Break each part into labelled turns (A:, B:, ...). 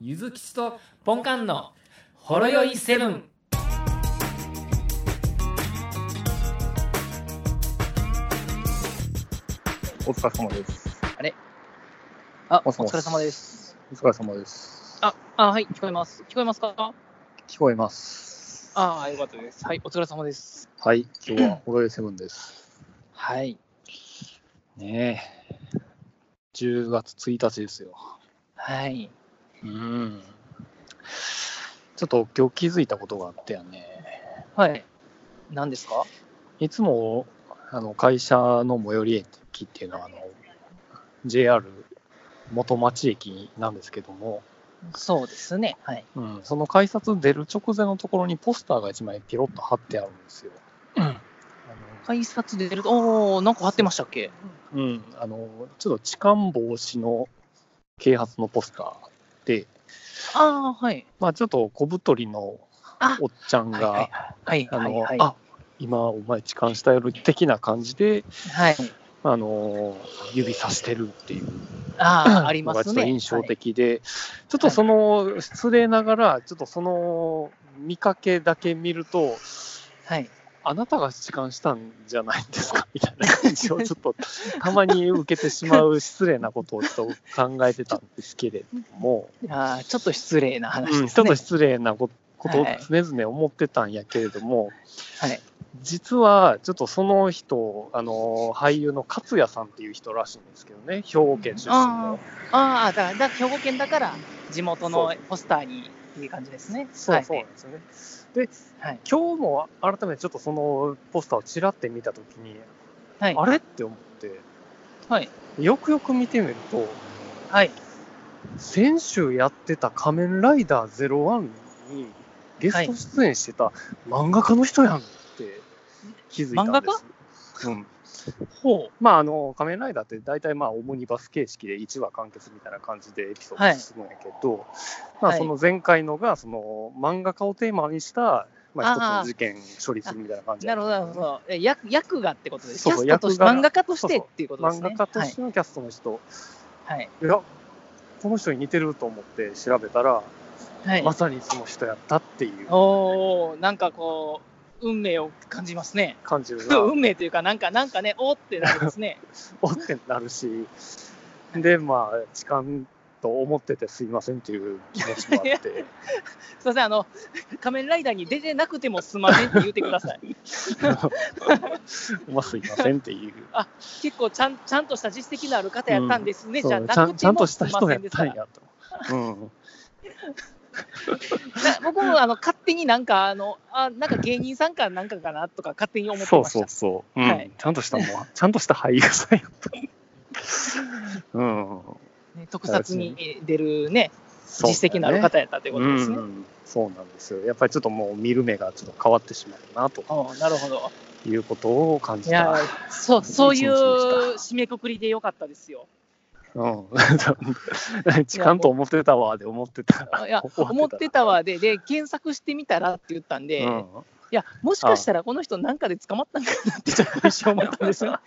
A: ゆずきちとポンカンのほろよいセブン。
B: お疲れ様です。
C: あ、
B: も
C: お
B: しもし
C: 疲れ様です。
B: お疲れ様です。
C: あ、あ、はい、聞こえます。聞こえますか
B: 聞こえます。
C: ああ、よかったです。はい、お疲れ様です。
B: はい、今日はホロエイセブンです。
C: はい。
B: ねえ、10月1日ですよ。
C: はい。
B: うん。ちょっと今日気づいたことがあってやね、
C: はい。何ですか
B: いつもあの会社の最寄り駅っていうのはあの JR 元町駅なんですけども、
C: そうですね。はい。
B: うん、その改札出る直前のところにポスターが1枚ピロッと貼ってあるんですよ。あの
C: 改札で出ると、おー、なんか貼ってましたっけ
B: うん、あの、ちょっと痴漢防止の啓発のポスターで、
C: ああ、はい。
B: まあちょっと小太りのお
C: あ
B: っちゃんが、
C: はい、
B: あ
C: は
B: の、
C: い、はい。
B: あ今お前痴漢したやろ的な感じで、
C: はい。
B: あの、指さしてるっていう
C: ああ、あり
B: の
C: ま
B: がちょ
C: す
B: っと
C: ね。
B: 印象
C: はい。
B: 的で、ちょっとその、失礼ながら、ちょっとその見かけだけ見ると、
C: はい。
B: あなたが痴漢したんじゃないんで すかみたいな感じをちょっとたまに受けてしまう失礼なことをちょっと考えてたんですけれども、
C: ああ、ちょっと失礼な話
B: う
C: で
B: ん、
C: す
B: ちょっ
C: ね。
B: と失礼なこことを
C: はい
B: 常々思ってたんやけれども、
C: はい。
B: 実はちょっとその人、あの俳優の勝也さんっていう人らしいんですけどね、兵庫県出身
C: あ
B: の。
C: あ、ああ、だから、だから兵庫県だから、地元の
B: そう
C: ポスターにっていう感じですね。
B: そうそうなんですよね。で、
C: はい
B: 今日も改めてちょっとそのポスターをちらって見たときに、
C: はい。
B: あれって思って、
C: はい。
B: よくよく見てみると、
C: はい。
B: 先週やってた仮面ライダー01にゲスト出演してた漫画家の人やんって気づいたんです。うん、
C: ほう。
B: まああの仮面ライダーって大体まあオムニバス形式で1話完結みたいな感じでエピソードが進むんやけど、まあ
C: はい
B: その前回のがその漫画家をテーマにしたまあ
C: あー
B: 一つの事件処理するみたいな感じ
C: な
B: や
C: る
B: け
C: ほど、なるほど。え役役がってことです。
B: そうそう
C: キャストとして、
B: 役が
C: 漫画家とし
B: そう
C: てっ
B: そう
C: ていうことです
B: 漫
C: ね。
B: 画家としてのキャストの人、
C: はい。
B: いやこの人に似てると思って調べたら、
C: はい。
B: ま
C: はい、
B: さにその人やったっていう
C: おー、なんかこう、運命を感じますね。
B: 感じるな。
C: 運命というか、なんか、なんかね、おーってなります ね。
B: おってなるし、で、まあ、痴漢と思っててすいませんっていう気持ちもあ って、
C: すいません、あの、仮面ライダーに出てなくてもすまねって言ってください。
B: まあ、すいませんっていう。
C: 結構ちゃん、ちゃんとした実績のある方やったんですね。
B: そう
C: じゃあな
B: ちゃ
C: く
B: んち
C: て
B: ゃんと
C: も
B: し
C: す
B: た
C: いま
B: 人
C: せ
B: やっ
C: んでした
B: ん
C: た。
B: やと。うん、
C: な僕もあの勝手になんか、あの、あなんか芸人さんかなんかかなとか、勝手に思ってました。
B: そうそうそう、うん
C: はい
B: ちゃんとしたもん、ちゃんとした俳優さんや った。うん、
C: ね特撮に出るね、
B: そうだよね
C: 実績のある方やったということですね。
B: うんそうなんですよ。やっぱりちょっともう見る目がちょっと変わってしまうなと
C: おうなるほど。
B: いうことを感じ
C: いや
B: た。、
C: そう、そういう
B: 一日で
C: 締めくくりでよかったですよ。
B: うん、 痴漢と思ってたわで思ってたら。
C: いや、
B: 終わ
C: 思っ
B: ら
C: てたわで、で、検索してみたらって言ったんで、い
B: うん
C: や、もしかしたらこの人なんかで捕まったんか なってちょっと一瞬思ったんですよ。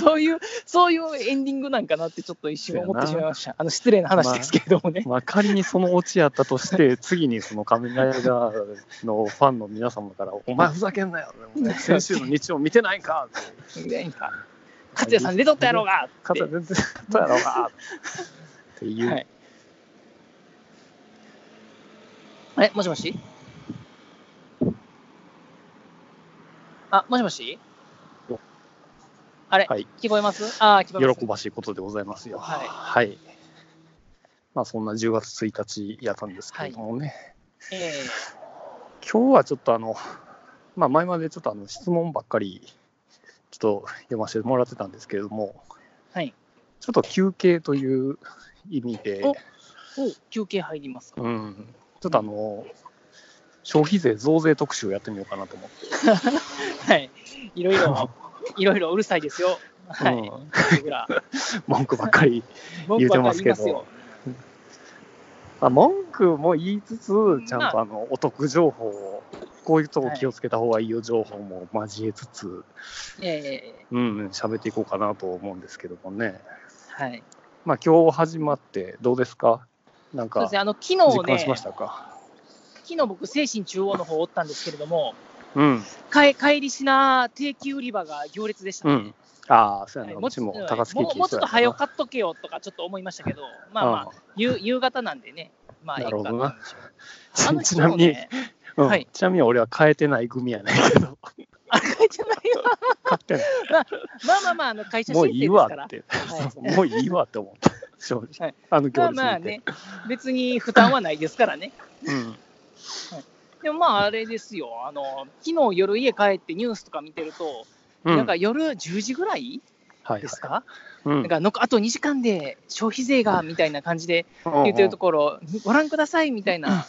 C: そういう、そういうエンディングなんかなってちょっと一瞬思ってしまいました。あの、失礼な話ですけれどもね。
B: まあ、仮にそのオチやったとして、次にその仮面ライダーのファンの皆様から、お前ふざけんなよ、先週の日曜見てないんかって、
C: なんか勝也さん出とったやろうがっ
B: 肩
C: て。
B: 全然どうやろうかっていう、
C: はいえ、もしもしあ、もしもし
B: お
C: あれ、
B: はい
C: 聞こえますあー、聞こえます。
B: 喜ばしいことでございますよ。
C: はい
B: まあ、そんな10月1日やったんですけれどもね、
C: ええ
B: 今日はちょっとあの、まあ、前までちょっとあの質問ばっかり、ちょっと読ませてもらってたんですけれども、
C: はい。
B: ちょっと休憩という意味で、
C: おお休憩入りますか。
B: うん、ちょっとあの、消費税増税特集をやってみようかなと思って。
C: はい。いろい ろ、いろいろうるさいですよ。はい。
B: うん
C: 僕 ら、
B: 文句ばっかり。
C: 文句ばっかり言いま
B: 言うてますけ
C: す
B: ど
C: よ。
B: まあ、文句も言いつつ、ちゃんとあのお得情報を、こういうとこ気をつけた方がいいよ情報も交えつつ、
C: ええ
B: うんうん、喋っていこうかなと思うんですけどもね。
C: はい。
B: まあ今日始まってどうですかな
C: そ
B: ん
C: う
B: か
C: ですね、あの昨
B: 実
C: 日ね
B: 感しましたか。
C: 昨日僕、精神中央の方おったんですけれども、
B: うん、
C: かえ帰りしな定期売り場が行列でした
B: う
C: ね、
B: ん。ああ、そう
C: は
B: や
C: い
B: な、
C: も
B: う
C: うち
B: ち
C: ょ
B: も
C: っと
B: 高槻駅
C: もうもうちょっと早
B: か
C: かっとけよとかちょっと思いました けど、まあまあ、夕夕方なんでね、まあ、
B: なるほどな
C: よかったんでしょう あの人
B: ちなみ
C: も
B: に、
C: ね、
B: うん
C: はい
B: ちなみに俺は変えてない組やねん けど、
C: あ、書いてないよ。
B: 買ってない
C: まあまあまあ、あの会社申
B: もう
C: 請
B: い
C: で
B: い
C: す
B: わ
C: から
B: っ。て、
C: は
B: もういいわって思った、正直。
C: はい
B: あの行
C: まあ
B: 列見て、
C: まあね、別に負担はないですからね。
B: うん。
C: でもまああれですよ、あの昨日夜家帰ってニュースとか見てると、
B: うん、
C: なんか夜10時ぐらい
B: はい
C: ですか、
B: は
C: な
B: い、
C: んかのあと2時間で消費税がみたいな感じで
B: うん
C: 言ってるところ、ご覧くださいみたいな、
B: うん
C: ね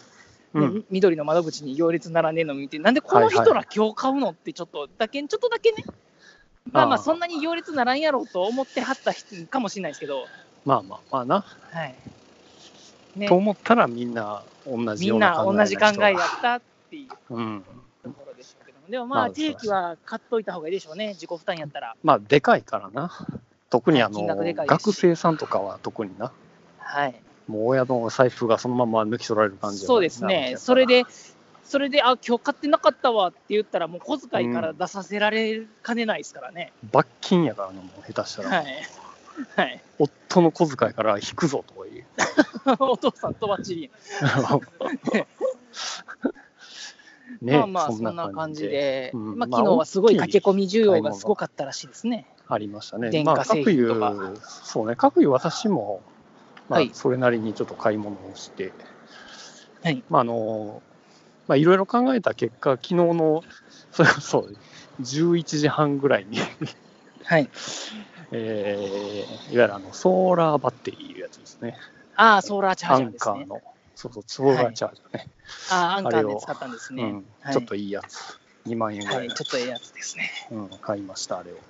C: 緑の窓口に行列並んでるの見て、なんでこの人ら今日買うのってちょっとだけ、ちょっとだけね、まあまあ、
B: あー
C: そんなに行列並んやろうと思ってはった人かもしれないですけど、
B: まあまあまあな、
C: はい。ね
B: と、思ったらみんな同じ
C: み
B: ようんな
C: な
B: 考え
C: 同じ考えや
B: や。
C: ったっていう
B: うん。
C: ところでしょうけども、でもま
B: ま
C: あ、
B: あそう
C: 定期は買っといた方がいいでしょうね、自己負担やったら。
B: まあ、でかいからな。特にあの
C: 金額でかいですし
B: 学生さんとかは特にな、
C: はい。
B: もう親の財布がそのまま抜き取られる感じ
C: そうですね、それ、で、それで、あ今日買ってなかったわって言ったら、もう小遣いから出させられかねないですからね。
B: 罰金やからな、もう下手したら、
C: はい。はい。
B: 夫の小遣いから引くぞとか言う。
C: お父さんとばっちり。
B: ね
C: まあまあ、そんな感じ。で、
B: うん
C: まあ、
B: まあ
C: 昨日はすごい
B: 大きい
C: 駆け込み需要がすごかったらしいですね。
B: ありましたね。
C: 電
B: ま
C: 化
B: あ、
C: 製
B: 各
C: 品
B: 有
C: とか、
B: そうね、各有私も、まあ
C: はい、
B: それなりにちょっと買い物をして、
C: はい
B: まあ、あの、まあ、いろいろ考えた結果、昨日の、 それこそ、11時半ぐらいに、
C: はい。
B: えーいわゆるあの、ソーラーバッテリーいうやつですね。
C: ああ、ソーラーチャー
B: ア
C: ジャー
B: ン
C: です
B: カー
C: ね。
B: の。そうそう、ソーラーチャージャーね。
C: ああ、アンカ
B: あれ
C: ー
B: を
C: で使ったんです
B: う
C: ね
B: ん。
C: はい
B: ちょっといいやつ。2万円ぐ
C: は
B: ら
C: い、
B: いの、
C: ちょっとええやつですね。
B: うん、買いました、あれを。
C: はい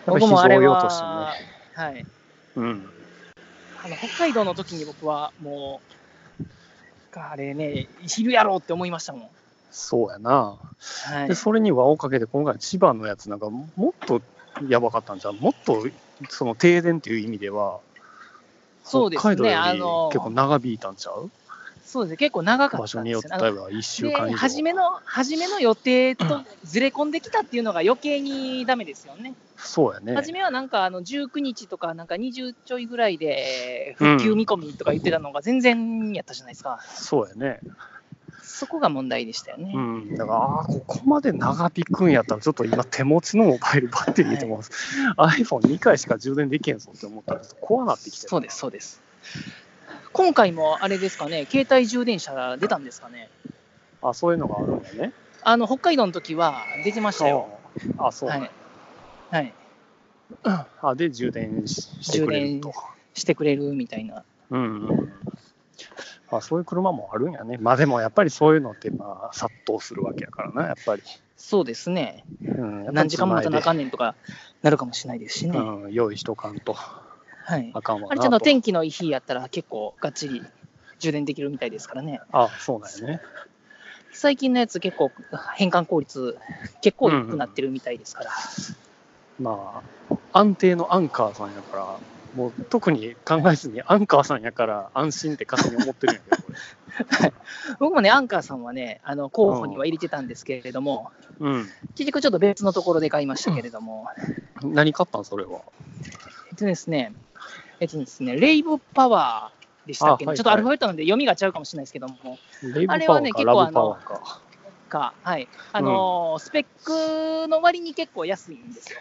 B: やっぱ
C: 僕もあれ
B: 非常用
C: は
B: としてね。
C: はい。
B: うん。
C: あの、北海道の時に僕はもう、あれね、昼やろうって思いましたもん。
B: そうやな。
C: はい
B: で、。それに輪をかけて、今回千葉のやつなんか、もっとやばかったんじゃん。もっと、その停電っていう意味では、
C: そうですね
B: 北海道
C: あ
B: よ
C: の
B: り結構長引いたんちゃう
C: そうですね、結構長か
B: 場
C: った
B: 所
C: ん
B: に
C: です
B: よ
C: よね
B: って。
C: あの
B: は1週間以
C: で
B: 上。
C: 初めの初めの予定とずれ込んできたっていうのが余計にダメですよね。
B: そうやね。
C: 初めはなんかあの19日とかなんか20ちょいぐらいで復旧見込みとか言ってたのが全然やったじゃないですか。
B: そうやね。
C: そこが問題でしたよね。
B: うん。だから、ああー、ここまで長引くんやったら、ちょっと今手持ちのモバイルバッテリーと思ます。iPhone2 回しか充電できへんぞって思ったら、怖なってきてる
C: そうです、そうです。今回もあれですかね、携帯充電車出たんですかね。
B: あ、そういうのがあるんだね。
C: あの北海道の時は出てましたよ。
B: ああ、そう。
C: はい、はい、
B: あ、で、充電ししてくれると。
C: してくれるみたいな。
B: うんうんうんあそういう車もあるんやね。まあでもやっぱりそういうのってまあ殺到するわけやからな、やっぱり。
C: そうですね。
B: うん、
C: 何時間も待たなあか
B: ん
C: んねんとかなるかもしれないですしね。
B: うん、用意しとかんと
C: はい、
B: あかんわな
C: あれちゃんと天気のいい日やったら結構がっちり充電できるみたいですからね。
B: あそうなんやね。
C: 最近のやつ結構変換効率結構良くなってるみたいですから。
B: まあ、安定のアンカーさんやから、もう特に考えずにアンカーさんやから安心って勝手に思ってるんや けど、こ
C: 僕もね、アンカーさんはね、あの候補には入れてたんですけれども、
B: れ。
C: 結局ちょっと別のところで買いましたけれども、
B: うん。何買ったんそれは。
C: えっとですね、えっとですね、レイブパワーでしたっけ、
B: あはい
C: ちょっとアルファベットなんで読みがちゃうかもしれないですけども、
B: レイブパ
C: あれは
B: ワ
C: ね
B: ーか、
C: 結
B: ラ
C: 構
B: ブパワーか。
C: か、はい、あのースペックの割に結構安いんですよ。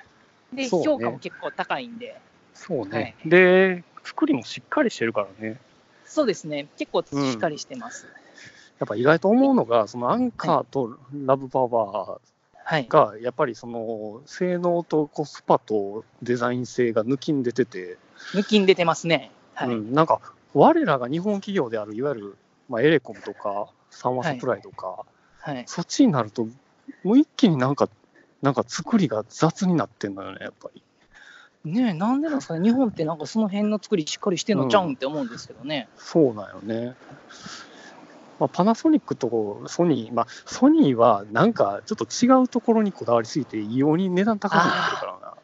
C: で、
B: そうね
C: 評価も結構高いんで、
B: そうね、
C: はい
B: で、作りもしっかりしてるからね。
C: そうですね、結構しっかりしてます。
B: やっぱ意外と思うのが、そのアンカーとラブパワ
C: はい
B: ー。が、やっぱりその性能とコスパとデザイン性が抜きんでてて、
C: 抜きん出てますね。はい。
B: うん、なんか、我らが日本企業である、いわゆる、まあ、エレコムとか、サンワサプライとか、
C: はい。
B: そっちになると、もう一気になんか、なんか作りが雑になってんのよね、やっぱり。
C: ねえ、なんでなんですかね、日本ってなんかその辺の作りしっかりしてんのちゃうんって思うんですけどね。
B: そうなんよね。まあ、パナソニックとソニー、まあ、ソニーはなんかちょっと違うところにこだわりすぎて、異様に値段高くなってるからな。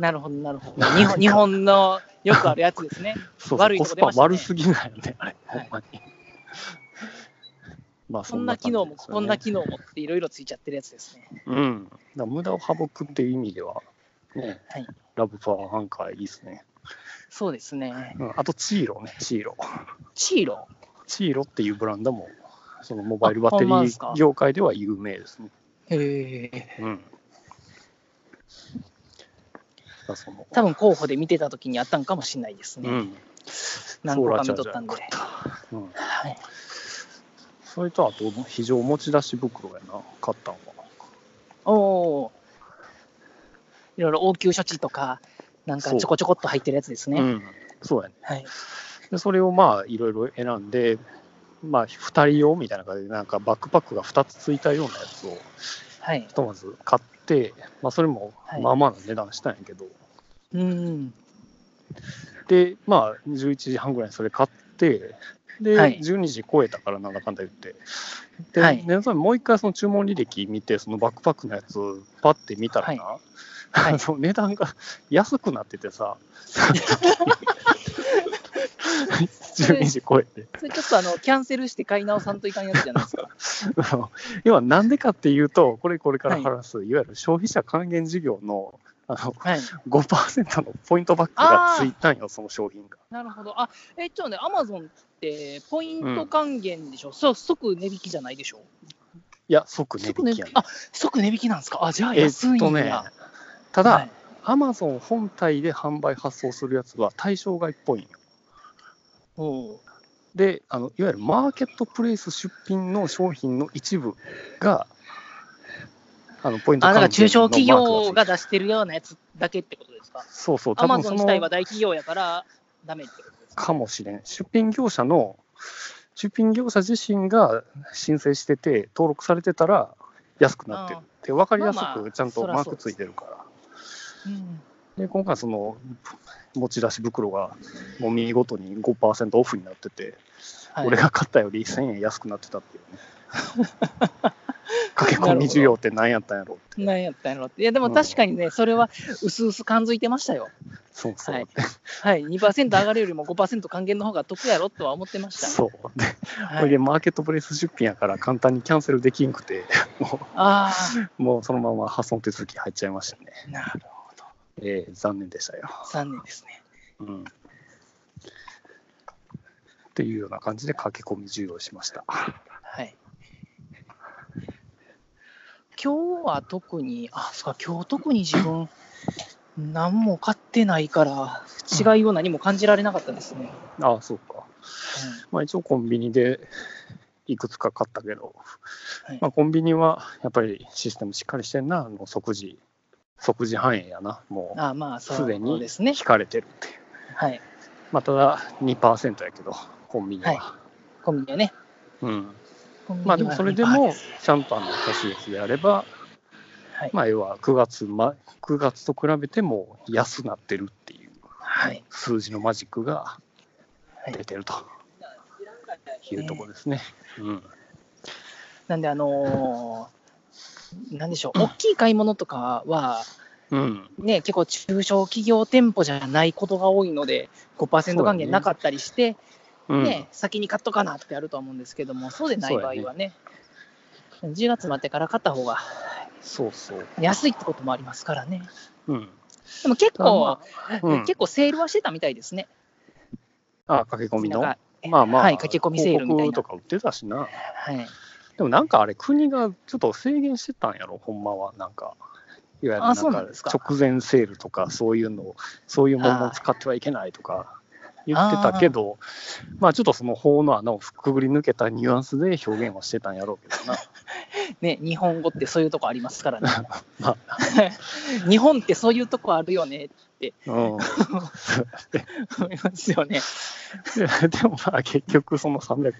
C: なるほど、なるほど。 日本日本のよくあるやつですね。
B: そうそう
C: 悪いとこ
B: コス
C: 出
B: パ
C: ましたね
B: 悪すぎないよね、あれ、ほんまに。 まあ
C: こんな機能も、こんな機能もっていろいろついちゃってるやつですね。
B: 能。うん。だから無駄を省くっていう意味では、ね、
C: はい
B: ラブパワーハンカーいいですね。
C: そうですね。
B: うん、あと、チーロね、チーロ。
C: チーロ。
B: チーロっていうブランドも、そのモバイルバッテリ
C: あほんまですか
B: ー業界では有名ですね。
C: へえ。
B: うん。だその
C: 多分候補で見てた時にあったんかもしれないですね。
B: うん。
C: 何個か見とったんで。
B: うん、
C: はい、
B: それとあと、非常持ち出し袋やな、買ったんは。
C: おおー。いろいろ応急処置とか、なんかちょこちょこっと入ってるやつですね。
B: うん、そうやね。
C: はい。
B: で、それをまあ、いろいろ選んで、まあ、2人用みたいな感じで、なんかバックパックが2つついたようなやつを、
C: はい
B: ひ。とまず買って、まあ、それも
C: はい
B: まあまあな値段したんやけど、
C: うん。
B: で、まあ、11時半ぐらいにそれ買って、で、
C: はい
B: 12時超えたから、なんだかんだ言って。で、
C: はい
B: ねそれもう一回その注文履歴見て、そのバックパックのやつ、パッて見たらな、
C: はい
B: あの値段が 安くなっててさ、12時超えて。
C: それちょっとあの、キャンセルして買い直さんといかんやつじゃないですか。
B: あの要はなんでかっていうと、これこれから話す、い、わゆる消費者還元事業のあの
C: はい。
B: 5%のポイントバックがついたんよ、その商品が。
C: なるほど。あ、えっとね、アマゾンってポイント還元でしょ、そう、即値引きじゃないでしょ
B: いや、即値引きやね
C: あ、即値引きなんですかあ、じゃあ
B: え
C: 安い
B: っ
C: んだ。
B: とね、ただ、
C: はい
B: Amazon 本体で販売発送するやつは対象外っぽいんよ。
C: おう
B: であの、いわゆるマーケットプレイス出品の商品の一部が、あのポイント
C: あ、だから中小企業
B: 還元のマークがついて
C: が出してる
B: る
C: ようなやつだけってことですか
B: そうそう、
C: ア
B: 多
C: マ
B: 分
C: ゾン
B: そ
C: 自体
B: の
C: は大企業やからダメってことですか
B: かもしれん。出品業者の、出品業者自身が申請してて、登録されてたら安くなってる
C: あ。
B: で、分かりやす
C: まあまあ
B: くちゃんと
C: そら
B: マー
C: そう
B: ク
C: で
B: つ
C: す
B: いてるから。
C: うん
B: で、今回その持ち出し袋がもみごとに5%オフになってて、
C: はい、
B: 俺が買ったより1000円安くなってたっていうね。 駆け込み需要って何やったんやろうって。
C: 何やったんやろって。いや、でも確かにね、それは薄々感づいてましたよ。
B: そうそう。
C: はいはい、2%上がるよりも5%還元の方が得やろとは思って ました。
B: そう。で、こ
C: は
B: れで
C: い、
B: マーケットプレイス出品やから簡単にキャンセルできんくて、も
C: あ
B: うもうそのまま破損手続き入っちゃいましたね。
C: あ、なるほど。
B: えー残念でしたよ、
C: 残念ですね。
B: うん。っていうような感じで駆け込み授業をしました。
C: はい。今日は特に、あ、そうか、今日特に自分、何も買ってないから、違いを何も感じられなかったですね。
B: ああ、そうか。まあ一応コンビニでいくつか買ったけど、
C: はい
B: まあ、コンビニはやっぱりシステムしっかりしてんな、あの即時、即時反映やな、も
C: うん、あまあ、
B: う
C: そう
B: すで
C: そう
B: に
C: ですね
B: 引。かれてるっていう。
C: はい。
B: まあただ2%やけど、コンビニは。
C: コンビニはね。
B: うん、
C: コンビニ
B: ま
C: は
B: あでもそれで
C: はい
B: も、ちゃんとあのキャッシュレスであれば、
C: はい
B: まあ、要は9月ま、9月と比べても安なってるっていう
C: はい。
B: 数字のマジックが
C: はい
B: 出てるというところですね。うん、
C: なんで、あのーなんでしょう、大きい買い物とかは、
B: うん、
C: ね、結構中小企業店舗じゃないことが多いので、5%還元なかったりして、
B: うん
C: ね、先に買っとかなってあると思うんですけども、そうでない場合
B: そう
C: はね、10月までから買った方が
B: そうそう。
C: 安いってこともありますからね。
B: うん、
C: でも結構、
B: うん
C: 結構セールはしてたみたいですね。
B: あ、駆け込みの。
C: なんか
B: まあまあ、
C: はい、駆け込みセールみたい
B: 広告と
C: な。
B: か売ってたしな。
C: はい、
B: でもなんかあれ、国がちょっと制限してたんやろ、ほんまは。なんか、いわゆるな
C: あそうんな
B: か
C: んですか
B: 直前セールとか、そういうのを、そういうものを使ってはいけないとか言ってたけど、まあちょっとその法の穴をくぐり抜けたニュアンスで表現はしてたんやろうけどな。
C: ね、日本語ってそういうとこありますからね。
B: ま
C: 日本ってそういうとこあるよねって
B: うん、
C: 思いますよね。
B: で でもまあ結局その300、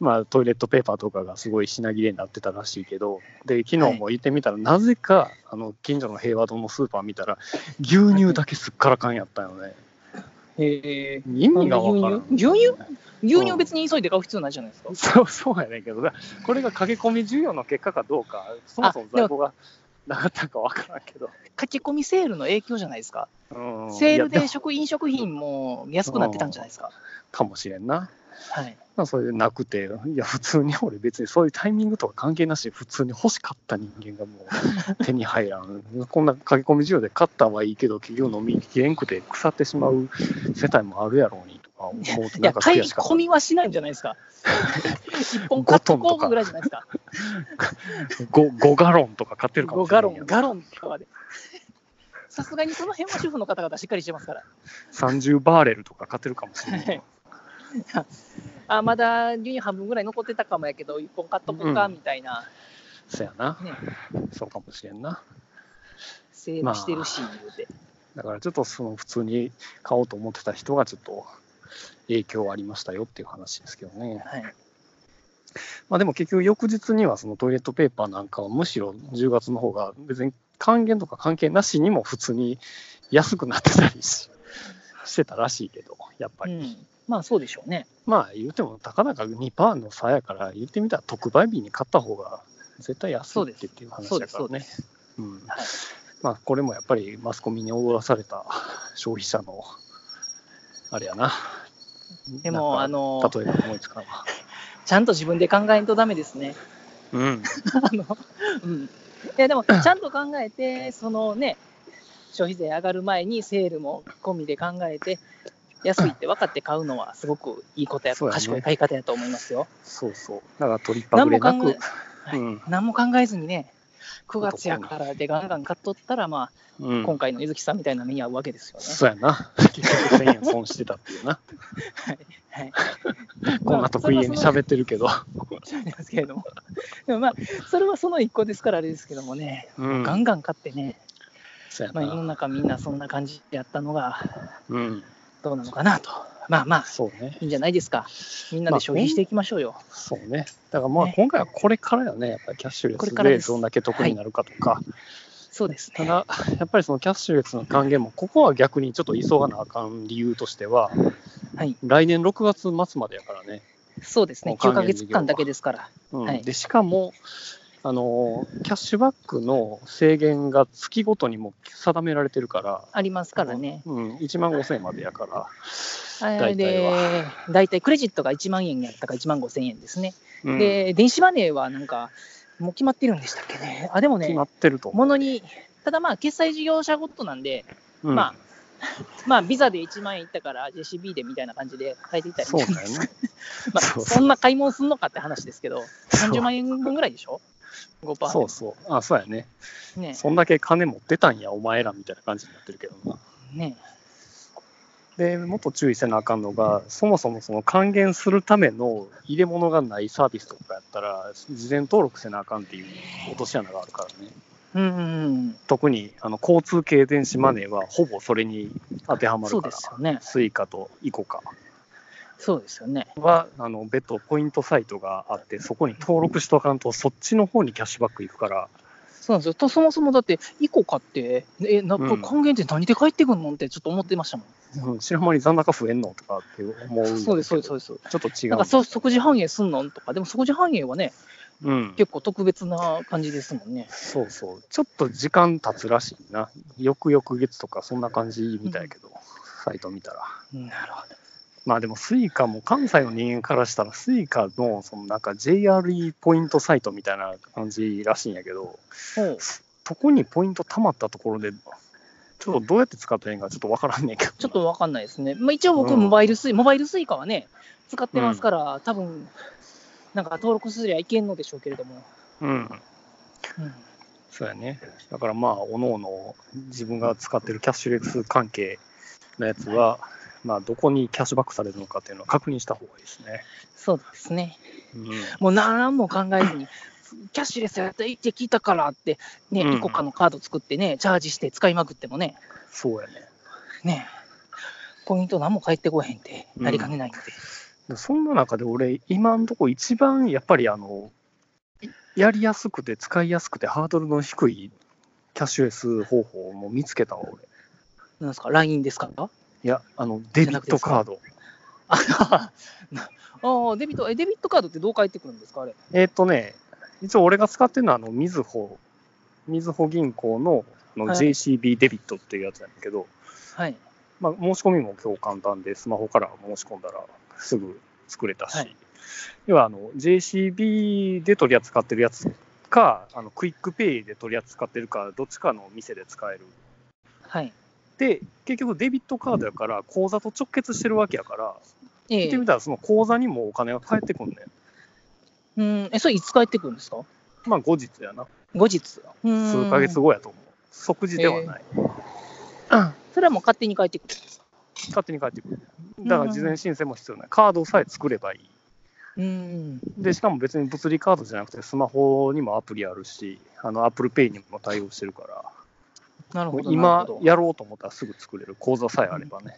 B: まあ、トイレットペーパーとかがすごい品切れになってたらしいけどで昨日も行ってみたら、なぜかあの近所の平和堂のスーパー見たら牛乳だけすっからかんやったよね
C: へえ
B: 意味がわからん
C: 牛乳牛牛乳別に急いで買う必要ないじゃないですか。
B: そうそうやねんけどだこれが駆け込み需要の結果かどうかそもそも在庫がなかったんかわからんけど。
C: 駆け込みセールの影響じゃないですか。
B: うん
C: セール
B: い
C: で
B: やも
C: 食飲食品も安くなってたんじゃないですか。
B: かもしれんな。
C: はい。
B: まあそれでなくて、いや、普通に俺、別にそういうタイミングとか関係なし、普通に欲しかった人間がも う手に入らん、こんな駆け込み需要で買ったはいいけど、企業飲みきれんくて腐ってしまう世帯もあるやろうにとか思うと、
C: い
B: なん
C: や、
B: か
C: 買い
B: 悔しかっ
C: 込みはしないんじゃないです か。一本買ってこうぐらいじゃないですか。
B: た。5, ガロンとか買ってるか
C: 5
B: もし
C: ガ
B: れな
C: ロ
B: いや
C: ン、
B: ん。
C: ガロンとかで。さすがにその辺は主婦の方々しっかりしてますから。
B: 30バーレルとか買ってるかもしれない。
C: あ、まだ牛乳半分ぐらい残ってたかもやけど、一本買っとこうか、みたいな、
B: そやな、
C: ね、
B: そうかもしれんな。
C: セールしてるし、言うて。
B: だからちょっとその普通に買おうと思ってた人がちょっと影響ありましたよっていう話ですけどね。
C: はい。
B: まあでも結局翌日にはそのトイレットペーパーなんかはむしろ10月の方が別に還元とか関係なしにも普通に安くなってたりししてたらしいけど、やっぱ
C: う
B: り。
C: ん。まあ、そうでしょうね。
B: まあ言うてもたかだか2%の差やから言ってみたら特売日に買った方が絶対安いってっていう話
C: そう
B: だ
C: です、
B: か
C: そ
B: ら
C: うで
B: ね。
C: す。
B: うん
C: はい
B: まあこれもやっぱりマスコミに踊らされた消費者のあれやな。
C: でも、あ
B: なんか
C: の、
B: 例えば思いつかんわ。
C: ちゃんと自分で考えんとダメですね。
B: うん。
C: あの、うん。いや、でも、ちゃんと考えて、そのね、消費税上がる前にセールも込みで考えて、安いって分かって買うのはすごくいいことや、
B: そうやね
C: 賢い買い方やと思いますよ。
B: そうそう。だから取りっぱ
C: 何
B: ぐれ
C: も
B: な
C: 考え
B: く。、うん。
C: 何も考えずにね、9月やからでガンガン買っとったら、まあ、
B: うん
C: 今回の柚木さんみたいな目に遭うわけですよね。
B: そうやな。結局1000円損してたっ ていうな。
C: はい。
B: こんな得意げに喋ってるけど。
C: ってますけれども。でもまあ、それはその一個ですからあれですけどもね、
B: うん
C: ガンガン買ってね、
B: そうや
C: まあ、世の
B: な。
C: 中みんなそんな感じでやったのが
B: うん。
C: どうなのかなと。まあまあ、
B: そうね。
C: いいんじゃないですか。みんなで消費していきましょうよ。
B: そうね。だからまあ
C: ね
B: 今回はこれからよね。やっぱりキャッシュレ
C: これ
B: ス
C: から
B: で
C: です
B: どんだけ得になるかとか。
C: そうです
B: た
C: ね。
B: だ、やっぱりそのキャッシュレスの還元も、ここは逆にちょっと急がなあかん理由としては、
C: はい。
B: 来年6月末までやからね。
C: そうですね。
B: もう還
C: 9
B: 元
C: ヶ月間だけですから。
B: うん
C: はい
B: でしかもあの、キャッシュバックの制限が月ごとにも定められてるから、
C: ありますからね。
B: うん、1万5000円までやから、
C: あれで、大体クレジットが1万円やったか1万5千円ですね。
B: うん
C: で、電子マネーはなんか、もう決まってるんでしたっけね。あ、でも
B: 決
C: ね
B: ま、ってると思
C: も
B: う。
C: のに、ただまあ、決済事業者ごとなんで、
B: うん
C: まあ、 まあ、ビザで1万円いったから、JCB でみたいな感じで変えていったり
B: そうだよね。
C: まあ、
B: そうそう
C: そんな買い物すんのかって話ですけど、
B: そう
C: 30万円分ぐらいでしょ ?5%。
B: そうそう。あ、そうやね。
C: ね
B: そんだけ金持ってたんや、お前らみたいな感じになってるけどな。
C: ね
B: で、もっと注意せなあかんのが、そもそもその還元するための入れ物がないサービスとかやったら、事前登録せなあかんっていう落とし穴があるからね。
C: うんうん
B: 特にあの交通系電子マネーはほぼそれに当ては
C: うん。
B: ま
C: そ
B: る
C: う
B: か
C: で
B: ら。
C: すよね。
B: スイカとイコカ
C: そうですよね。
B: はあの別途ポイントサイトがあってそこに登録しとかんとそっちの方にキャッシュバックいくから
C: そうなんですよ。とそもそもだって、イコカって、え、な
B: うん
C: 還元って何で返ってくんのってちょっと思ってましたもん。
B: うん知らん間に残高増えんのとかって思う
C: そうです、そうです、そううです。
B: ちょっと違う
C: なんかそ即時反映すんのとか、でも即時反映はね、
B: うん、
C: 結構特別な感じですもんね。
B: そうそうちょっと時間経つらしいな翌々月とかそんな感じみたいやけど、サイト見たら
C: なるほど。
B: まあでもスイカも関西の人間からしたらスイカのそのなんか JRE ポイントサイトみたいな感じらしいんやけど
C: ほう
B: そこにポイント貯まったところでちょっとどうやって使ったらいいんかちょっとわからんねんけど
C: ちょっとわかんないですね。まあ、一応僕、
B: うん
C: モバイルスイ、モバイルスイカはね、使ってますから、多分なんか登録すりゃいけんのでしょうけれども。
B: うん
C: うん
B: そうやね。だからまあ、おのおの自分が使ってるキャッシュレス関係のやつは、まあ、どこにキャッシュバックされるのかっていうのは確認した方がいいですね。
C: そうですね。
B: うん、
C: もう何も考えずに、キャッシュレスやっていいって聞いたからって、ね、
B: うん
C: イコカのカード作ってね、チャージして使いまくってもね、
B: そうやね。
C: ね、ポイント何も返ってこへんって、
B: うん
C: なりかねないんで。
B: でそんな中で俺、今んとこ一番やっぱりあの、いやりやすくて使いやすくてハードルの低いキャッシュレス方法も見つけたわ、俺。
C: なんですか、LINE ですか
B: いや、あの、デビットカード。
C: ああー、デビット、え、デビットカードってどう返ってくるんですか、あれ。
B: えーっとね、一応俺が使ってるのは、あの、みずほみずほ銀行のあの
C: はい
B: JCB デビットっていうやつなんだけど、
C: はい。
B: まあ、申し込みも今日簡単で、スマホから申し込んだらすぐ作れたし、
C: はい
B: 要はあの JCB で取り扱ってるやつか、あのクイックペイで取り扱ってるか、どっちかの店で使える。
C: はい。
B: で、結局デビットカードやから、口座と直結してるわけやから、
C: え
B: 言って
C: え
B: みたらその口座にもお金が返ってくんねん。
C: うん、え、それいつ帰ってくるんですか
B: まあ後日やな。
C: 後日。うん
B: 数ヶ月後やと思う。即時ではない。
C: それはもう勝手に帰ってくる。
B: 勝手に返ってくる。だから事前申請も必要ない。カードさえ作ればいい。
C: うん。
B: で、しかも別に物理カードじゃなくて、スマホにもアプリあるし、あの、Apple Pay にも対応してるから、
C: なる
B: も
C: ほ
B: う
C: ど。な
B: 今
C: るほど
B: やろうと思ったらすぐ作れる、口座さえあればね。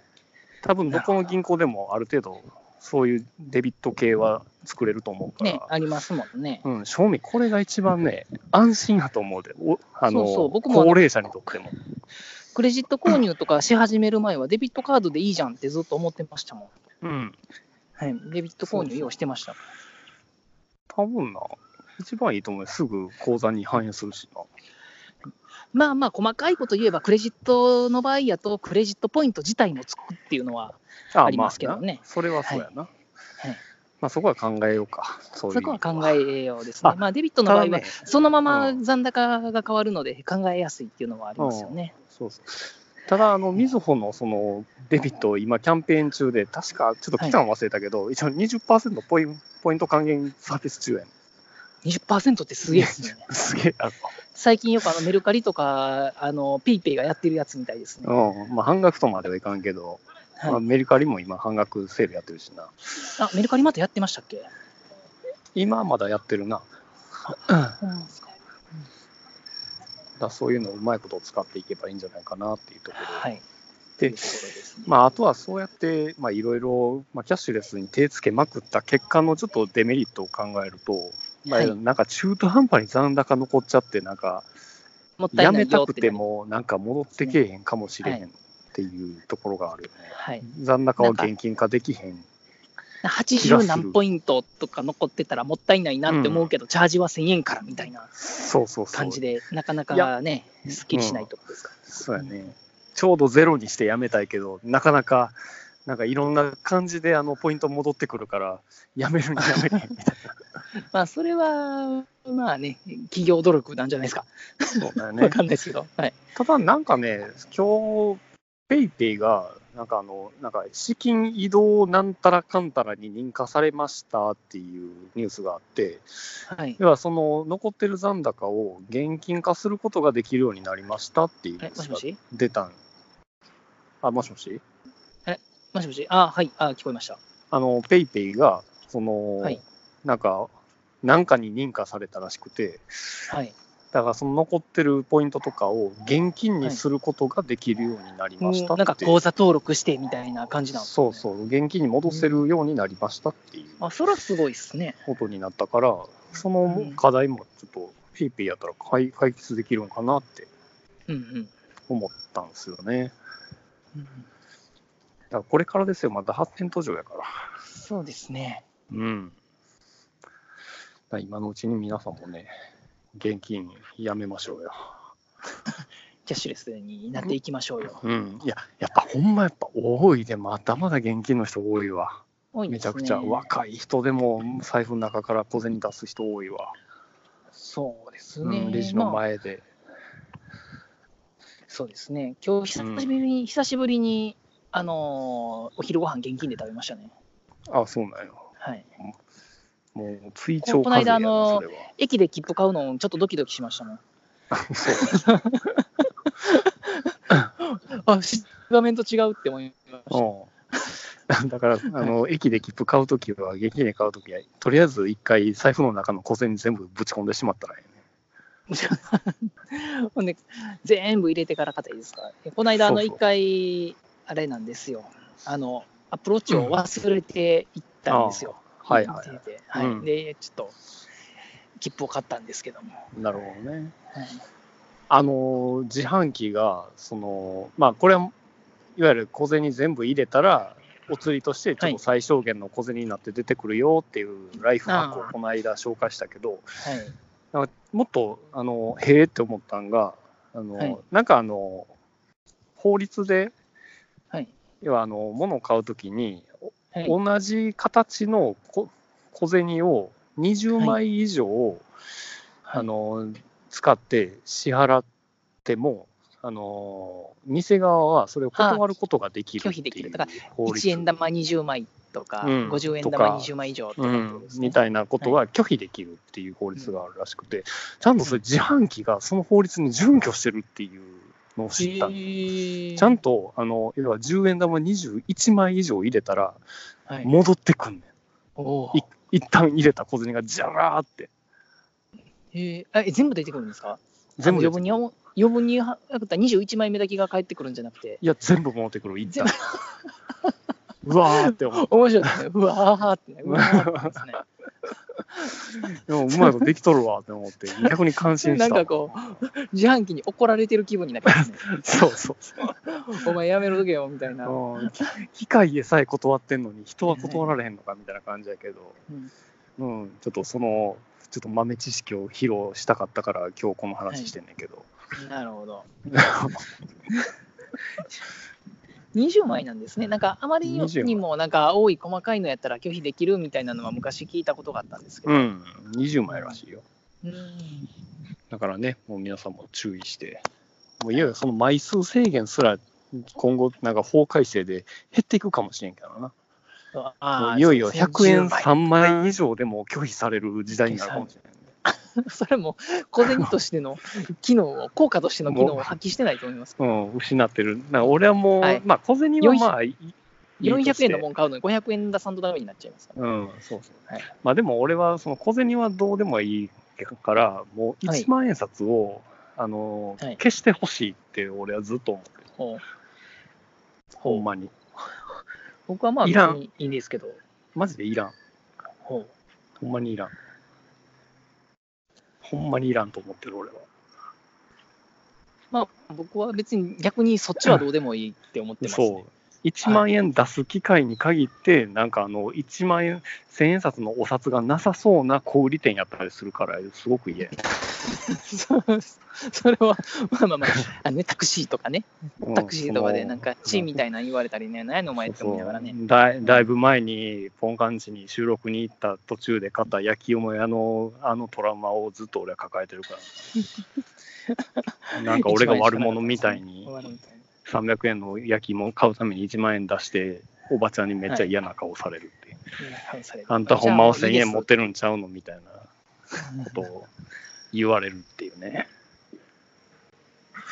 B: 多分どこの銀行でもある程度、そういうデビット系は作れると思うから。
C: ね、ありますもんね。
B: うん、正味これが一番ね、安心やと思うで、おあの
C: そうそう僕もあ
B: 高
C: の
B: 齢者にとっても。
C: クレジット購入とかし始める前は、デビットカードでいいじゃんってずっと思ってましたもん。
B: うん、
C: はい。デビット購入用意してました。
B: 多分な、一番いいと思うよすぐ口座に反映するしな。
C: まあまあ、細かいこと言えば、クレジットの場合やと、クレジットポイント自体もつくっていうのは、
B: あ
C: ありますけどね
B: まあなそれはそうやな。
C: いはい
B: まあそこは考えようか。そういう
C: そこは考えようですね
B: あ。
C: まあ、デビットの場合
B: ただ
C: は
B: ね、
C: そのまま
B: うん
C: 残高が変わるので、考えやすいっていうのはありますよね。
B: そうそうただ、あの、みずほのそのデビット、今、キャンペーン中で、確かちょっと期間忘れたけど、一応20%ポインポイント還元サービス中やね
C: 20%ってすげえです ね。
B: んすげえや
C: 最近よくあのメルカリとか、あの、ペイペイがやってるやつみたいですね。
B: ろ。うん。まあ、半額とまではいかんけど、
C: はい
B: まあ、メルカリも今、半額セールやってるしな。
C: あ、メルカリまだやってましたっけ
B: 今はまだやってるな。だからそういうのをうまいことを使っていけばいいんじゃないかなっていうところ。
C: はい。
B: で
C: というところですね
B: まあ、あとはそうやって、まあ、いろいろ、まあ、キャッシュレスに手つけまくった結果のちょっとデメリットを考えると、まあ、
C: はい
B: なんか中途半端に残高残っちゃって、なんか、
C: もったい
B: や
C: ない
B: め
C: よ
B: た
C: っ
B: く
C: て
B: ても、なんか戻ってけえへんかもしれへんっていうところがあるよね。
C: はい。
B: 残高を現金化できへん。気がす
C: 80
B: る
C: 何ポイントとか残ってたらもったいないなって思うけど、チャージは1000円からみたいな
B: そうそうそう。
C: 感じで、なかない
B: や
C: かね、すっきりしないってことですか。
B: そうやね。ちょうどゼロにしてやめたいけど、なかなか、なんかいろんな感じであのポイント戻ってくるから、やめるにやめへん みたい
C: まあ、それは、まあね、企業努力なんじゃないですか。
B: な。そうだよ
C: わかんないですけど。はい。
B: ただなんかね、今日ペイペイが、なんかあの、なんか資金移動なんたらかんたらに認可されましたっていうニュースがあって、
C: はい。
B: 要はその残ってる残高を現金化することができるようになりましたっていうニ
C: え
B: ュー
C: も
B: ス
C: し
B: が
C: もし
B: 出たん。あ、もしもし
C: もしもしあ、はい。あ、聞こえました。
B: あの、ペイペイが、その、
C: はい
B: なんか、なんかに認可されたらしくて、
C: はい。
B: だからその残ってるポイントとかを現金にすることができるようになり
C: うん
B: ましたって
C: な
B: いう
C: んか口座登録してみたいな感じなんですか
B: そうそう、現金に戻せるようになりましたっていう
C: あ、そらすごいですね。
B: ことになったから、その課題もちょっと、ペイペイやったら解解決できるのかなって
C: うんうん
B: 思ったんですよね。
C: うん。
B: だからこれからですよ、まだ発展途上やから。
C: そうですね。
B: うん。だから今のうちに皆さんもね、現金やめましょうよ。
C: キャッシュレスになっていきましょうよ。
B: うん。いや、やっぱほんまやっぱ多いで、まだまだ現金の人多いわ。
C: 多い
B: め
C: で
B: ち
C: すね
B: ゃくちゃ。若い人でも財布の中から小銭出す人多いわ。
C: そうです
B: う
C: ね。
B: ん、レジの
C: まあ
B: 前で。
C: そうですね。今日久しぶりに、久しぶりに、あのーお昼ご飯現金で食べましたね。
B: あ、そうなんよ。
C: はい。
B: もう追徴
C: この間
B: 課税やな、
C: あの
B: それは。
C: 駅で切符買うの、ちょっとドキドキしましたもん。 あ、し画面と違うって思いました。
B: うん、 だから、あの、駅で切符買うときは、現金で買うときは、とりあえず一回財布の中の小銭全部ぶち込んでしまったらええね。
C: ほんで、全部入れてから買ったらいいですか。この間、あの、
B: そう
C: 一
B: そう
C: 回、あれなんですよ。あの、アプローチを忘れていったんですよ。
B: はいはい
C: 忘れて
B: はいうん
C: はい。で、ちょっと、切符を買ったんですけども。
B: なるほどね。
C: はい
B: あの、自販機が、その、まあ、これは、いわゆる小銭全部入れたら、お釣りとしてちょっと最小限の小銭になって出てくるよっていうライフハックを
C: あー
B: この間紹介したけど、
C: はい。
B: なんかもっと、あの、へえって思ったんが、あの、
C: はい
B: なんかあの、法律で、
C: はい。
B: 要はあの、物を買うときに、
C: はい。
B: 同じ形のこ小銭を20枚以上、
C: はい
B: あの使って支払ってもあの店側はそれを断ることができ
C: あ
B: るっ
C: 拒
B: て
C: 否
B: い
C: でき
B: う
C: るだから
B: 法律
C: 1円玉20枚とか、
B: うん
C: 50円
B: とか
C: 玉20枚以上と
B: う
C: かってこと
B: ん
C: です、ね
B: みたいなことは拒否できるっていう法律があるらしくて、ちゃんとそれ自販機がその法律に準拠してるっていうのを知ったんです、ちゃんとあの要は10円玉21枚以上入れたら
C: はい、
B: 戻ってくんねん、
C: お
B: い一旦入れた小銭がジャラーって
C: えー、え全部出てくるんですか
B: 全部出
C: 余
B: てく
C: 分
B: る
C: に余分にはやった21枚目だけが返ってくるんじゃなくて
B: いや、全部戻ってくる、一 旦。うわーって思う。
C: 面白いですねうわーってねうわーってね
B: でもうまいことできとるわって思 って、逆に感心
C: な
B: し
C: ん
B: た。
C: かこう、自販機に怒られてる気分になってますね。
B: そうそうそ
C: お前やめろとけよ、みたいな。う
B: ううん。き機械でさえ断ってんのに、人は断られへんのかみたいな感じやけど、
C: ん
B: うん、ちょっとその、ちょっと豆知識を披露したかったから、今日この話してんねんけど。
C: なる ほど。20枚なんですね。なんか、あまり
B: 20枚
C: にも、なんか、多い細かいのやったら拒否できるみたいなのは昔聞いたことがあったんですけど。
B: うん、20枚らしいよ。
C: うん
B: だからね、もう皆さんも注意して、もういわゆるその枚数制限すら、今後、なんか法改正で減っていくかもしれんけどな。
C: そう
B: も
C: あ
B: う
C: ー
B: いよいよ
C: そう
B: 100円
C: 10枚
B: 3枚以上でも拒否される時代になるかもしれない。
C: それも小銭としての機能を、効果としての機能を発揮してないと思います。
B: うん、失ってる。なんか俺はもう、
C: はい
B: まあ小銭はまあ、いいとして
C: 400円のもん買うのに500円だ、3度ダメになっちゃいますから。
B: うん、そうそう。
C: はい
B: まあでも俺は、その小銭はどうでもいいから、もう
C: はい
B: 1万円札を、あの、
C: はい
B: 消してほしいって俺はずっと思ってる。
C: ほう
B: ほんまに。
C: 僕はまあ、
B: い
C: 別
B: らん
C: にいいんですけど。
B: マジでいらん。
C: ほう
B: ほんまにいらん。ほんまにいらんと思ってる俺は。
C: まあ、僕は別に逆にそっちはどうでもいいって思ってます、ね。
B: そう。1万円出す機会に限って、なんかあの、1万円、1000円札のお札がなさそうな小売店やったりするから、すごく嫌や。
C: そうそれは、まあまあまあ、あ のね、タクシーとかね、
B: う ん
C: タクシーとかでなんか、チーみ
B: い
C: たいなの言われたりね、何やのお前って思いながらね。
B: だいだいぶ前に、ポンカンチに収録に行った途中で買った焼き芋屋のあのトラウマをずっと俺は抱えて るから。なんか俺が悪者みたいに
C: 終、わるみたいな
B: 300円の焼き芋を買うために1万円出して、おばちゃんにめっちゃ嫌な顔されるってい
C: う
B: う。
C: んされる
B: あんたほんまは
C: じゃあ
B: 1000
C: いいです
B: 円持ってるんちゃうのみたいなことを言われるっていうね。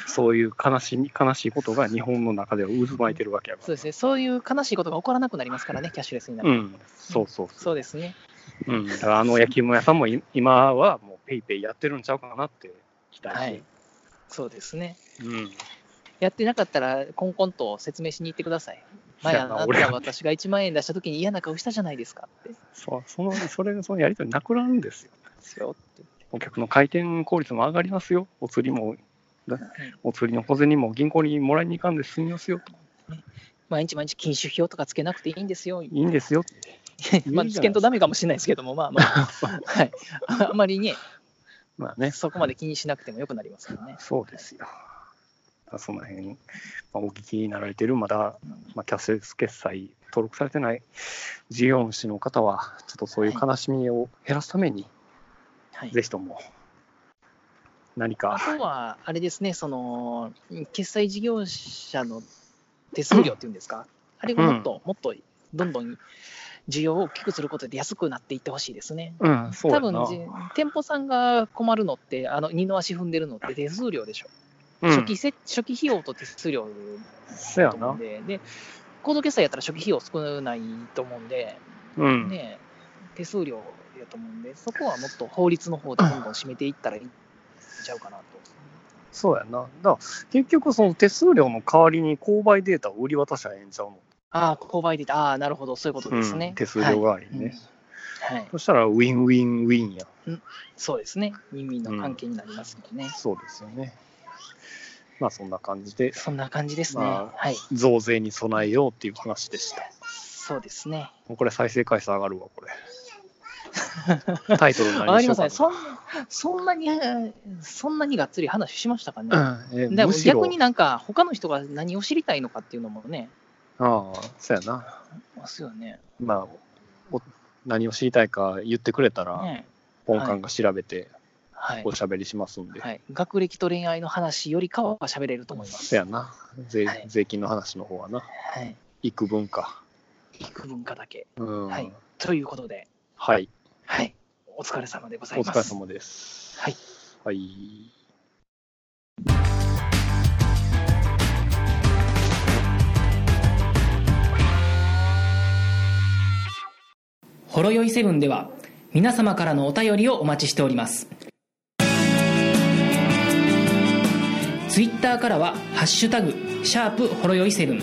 B: そういう悲しみ、悲しいことが日本の中では渦巻いてるわけやか
C: そう
B: ら。
C: ですね、そういう悲しいことが起こらなくなりますからね、キャッシュレスになる。
B: うん、そうそうそ
C: そうですね。
B: う。うん、だからあの焼き芋屋さんもい今はもうペイペイやってるんちゃうかなって期待し
C: は
B: て。
C: い。そうですね。
B: うん。
C: やってなかったら、コンコンと説明しに行ってください。
B: そ
C: 前、
B: や
C: あ
B: な
C: なた
B: 俺
C: は
B: は
C: 私が1万円出したときに嫌な顔したじゃないですかって。
B: そう、その、それ、そのやりとりなくなるんですよ。
C: ですよって
B: お客の回転効率も上がりますよ。お釣りも、お釣りの小銭も銀行にもらいに行かんで済みますよ。
C: 毎日毎日禁酒表とかつけなくていいんですよ。
B: いいんですよ。
C: まあ、
B: いいじ
C: 危
B: ゃない
C: 険とダメかもしれないですけども、まあま あ、はい、あんまりね、
B: まあね。
C: そこまで気にしなくてもよくなりますからね。
B: そうですよ。その辺、まあ、お聞きになられている、まだ、まあ、キャッシュレス決済登録されてない事業主の方は、ちょっとそういう悲しみを減らすために、
C: はい、
B: ぜひとも何
C: あ
B: か、
C: とは、あれですね、その、決済事業者の手数料っていうんですか、あれをもっと、もっとどんどん需要を大きくすることで安くなっていってほしいですね。
B: うん、そう
C: 多
B: や
C: 分
B: な、
C: じ店舗さんが困るのって、あの二の足踏んでるのって手数料でしょ、
B: うん、
C: 初期せ初期費用と手数料
B: そうや
C: と思う、
B: なん
C: で、で、コード決済やったら初期費用少ないと思うんで、
B: うん、
C: ね、手数料やと思うんで、そこはもっと法律の方でどんどん締めていったらいいんちゃうかなと。
B: そうやな、だから結局、その手数料の代わりに購買データを売り渡しゃええんちゃうの、
C: ああ、購買でた、ああ、なるほど、そういうことですね。
B: うん手数料代わりにね、
C: はいうんはい
B: そしたらウィンウィンウィンやん。
C: そうですね、人民の関係になりますもんね。
B: そうですよね。まあそんな感じで、
C: そんな感じですね。
B: まあ
C: はい、
B: 増税に備えようっていう話でした。
C: そうですね。
B: もうこれ再生回数上がるわ、これ。タイトルに
C: わ
B: な
C: か
B: り
C: り
B: ま
C: ますす
B: よ
C: ね。
B: う
C: そんそんなに、そんなにがっつり話しましたかね。
B: かうんえ
C: でも
B: むしろ
C: 逆になんか、他の人が何を知りたいのかっていうのもね、
B: ああ、そうやな。
C: ますよね。
B: まあ、お何を知りたいか言ってくれたら、
C: ね
B: 本館が調べて
C: はい
B: お。しゃべりしますんで。
C: はい、学歴と恋愛の話よりかは喋れると思います。
B: そうやな。税
C: はい
B: 税金の話の方はな。
C: はい。
B: 幾分か。
C: 幾分かだけ。
B: うん。
C: はいということで、
B: はい。
C: はい。お疲れ様でござ
B: お
C: い
B: 疲
C: ま
B: れ
C: す。
B: 様です。
C: はい。
B: はい。
A: ほろよいセブンでは皆様からのお便りをお待ちしておりますツイッターからは「ハッシュタグシャープほろよいセブン」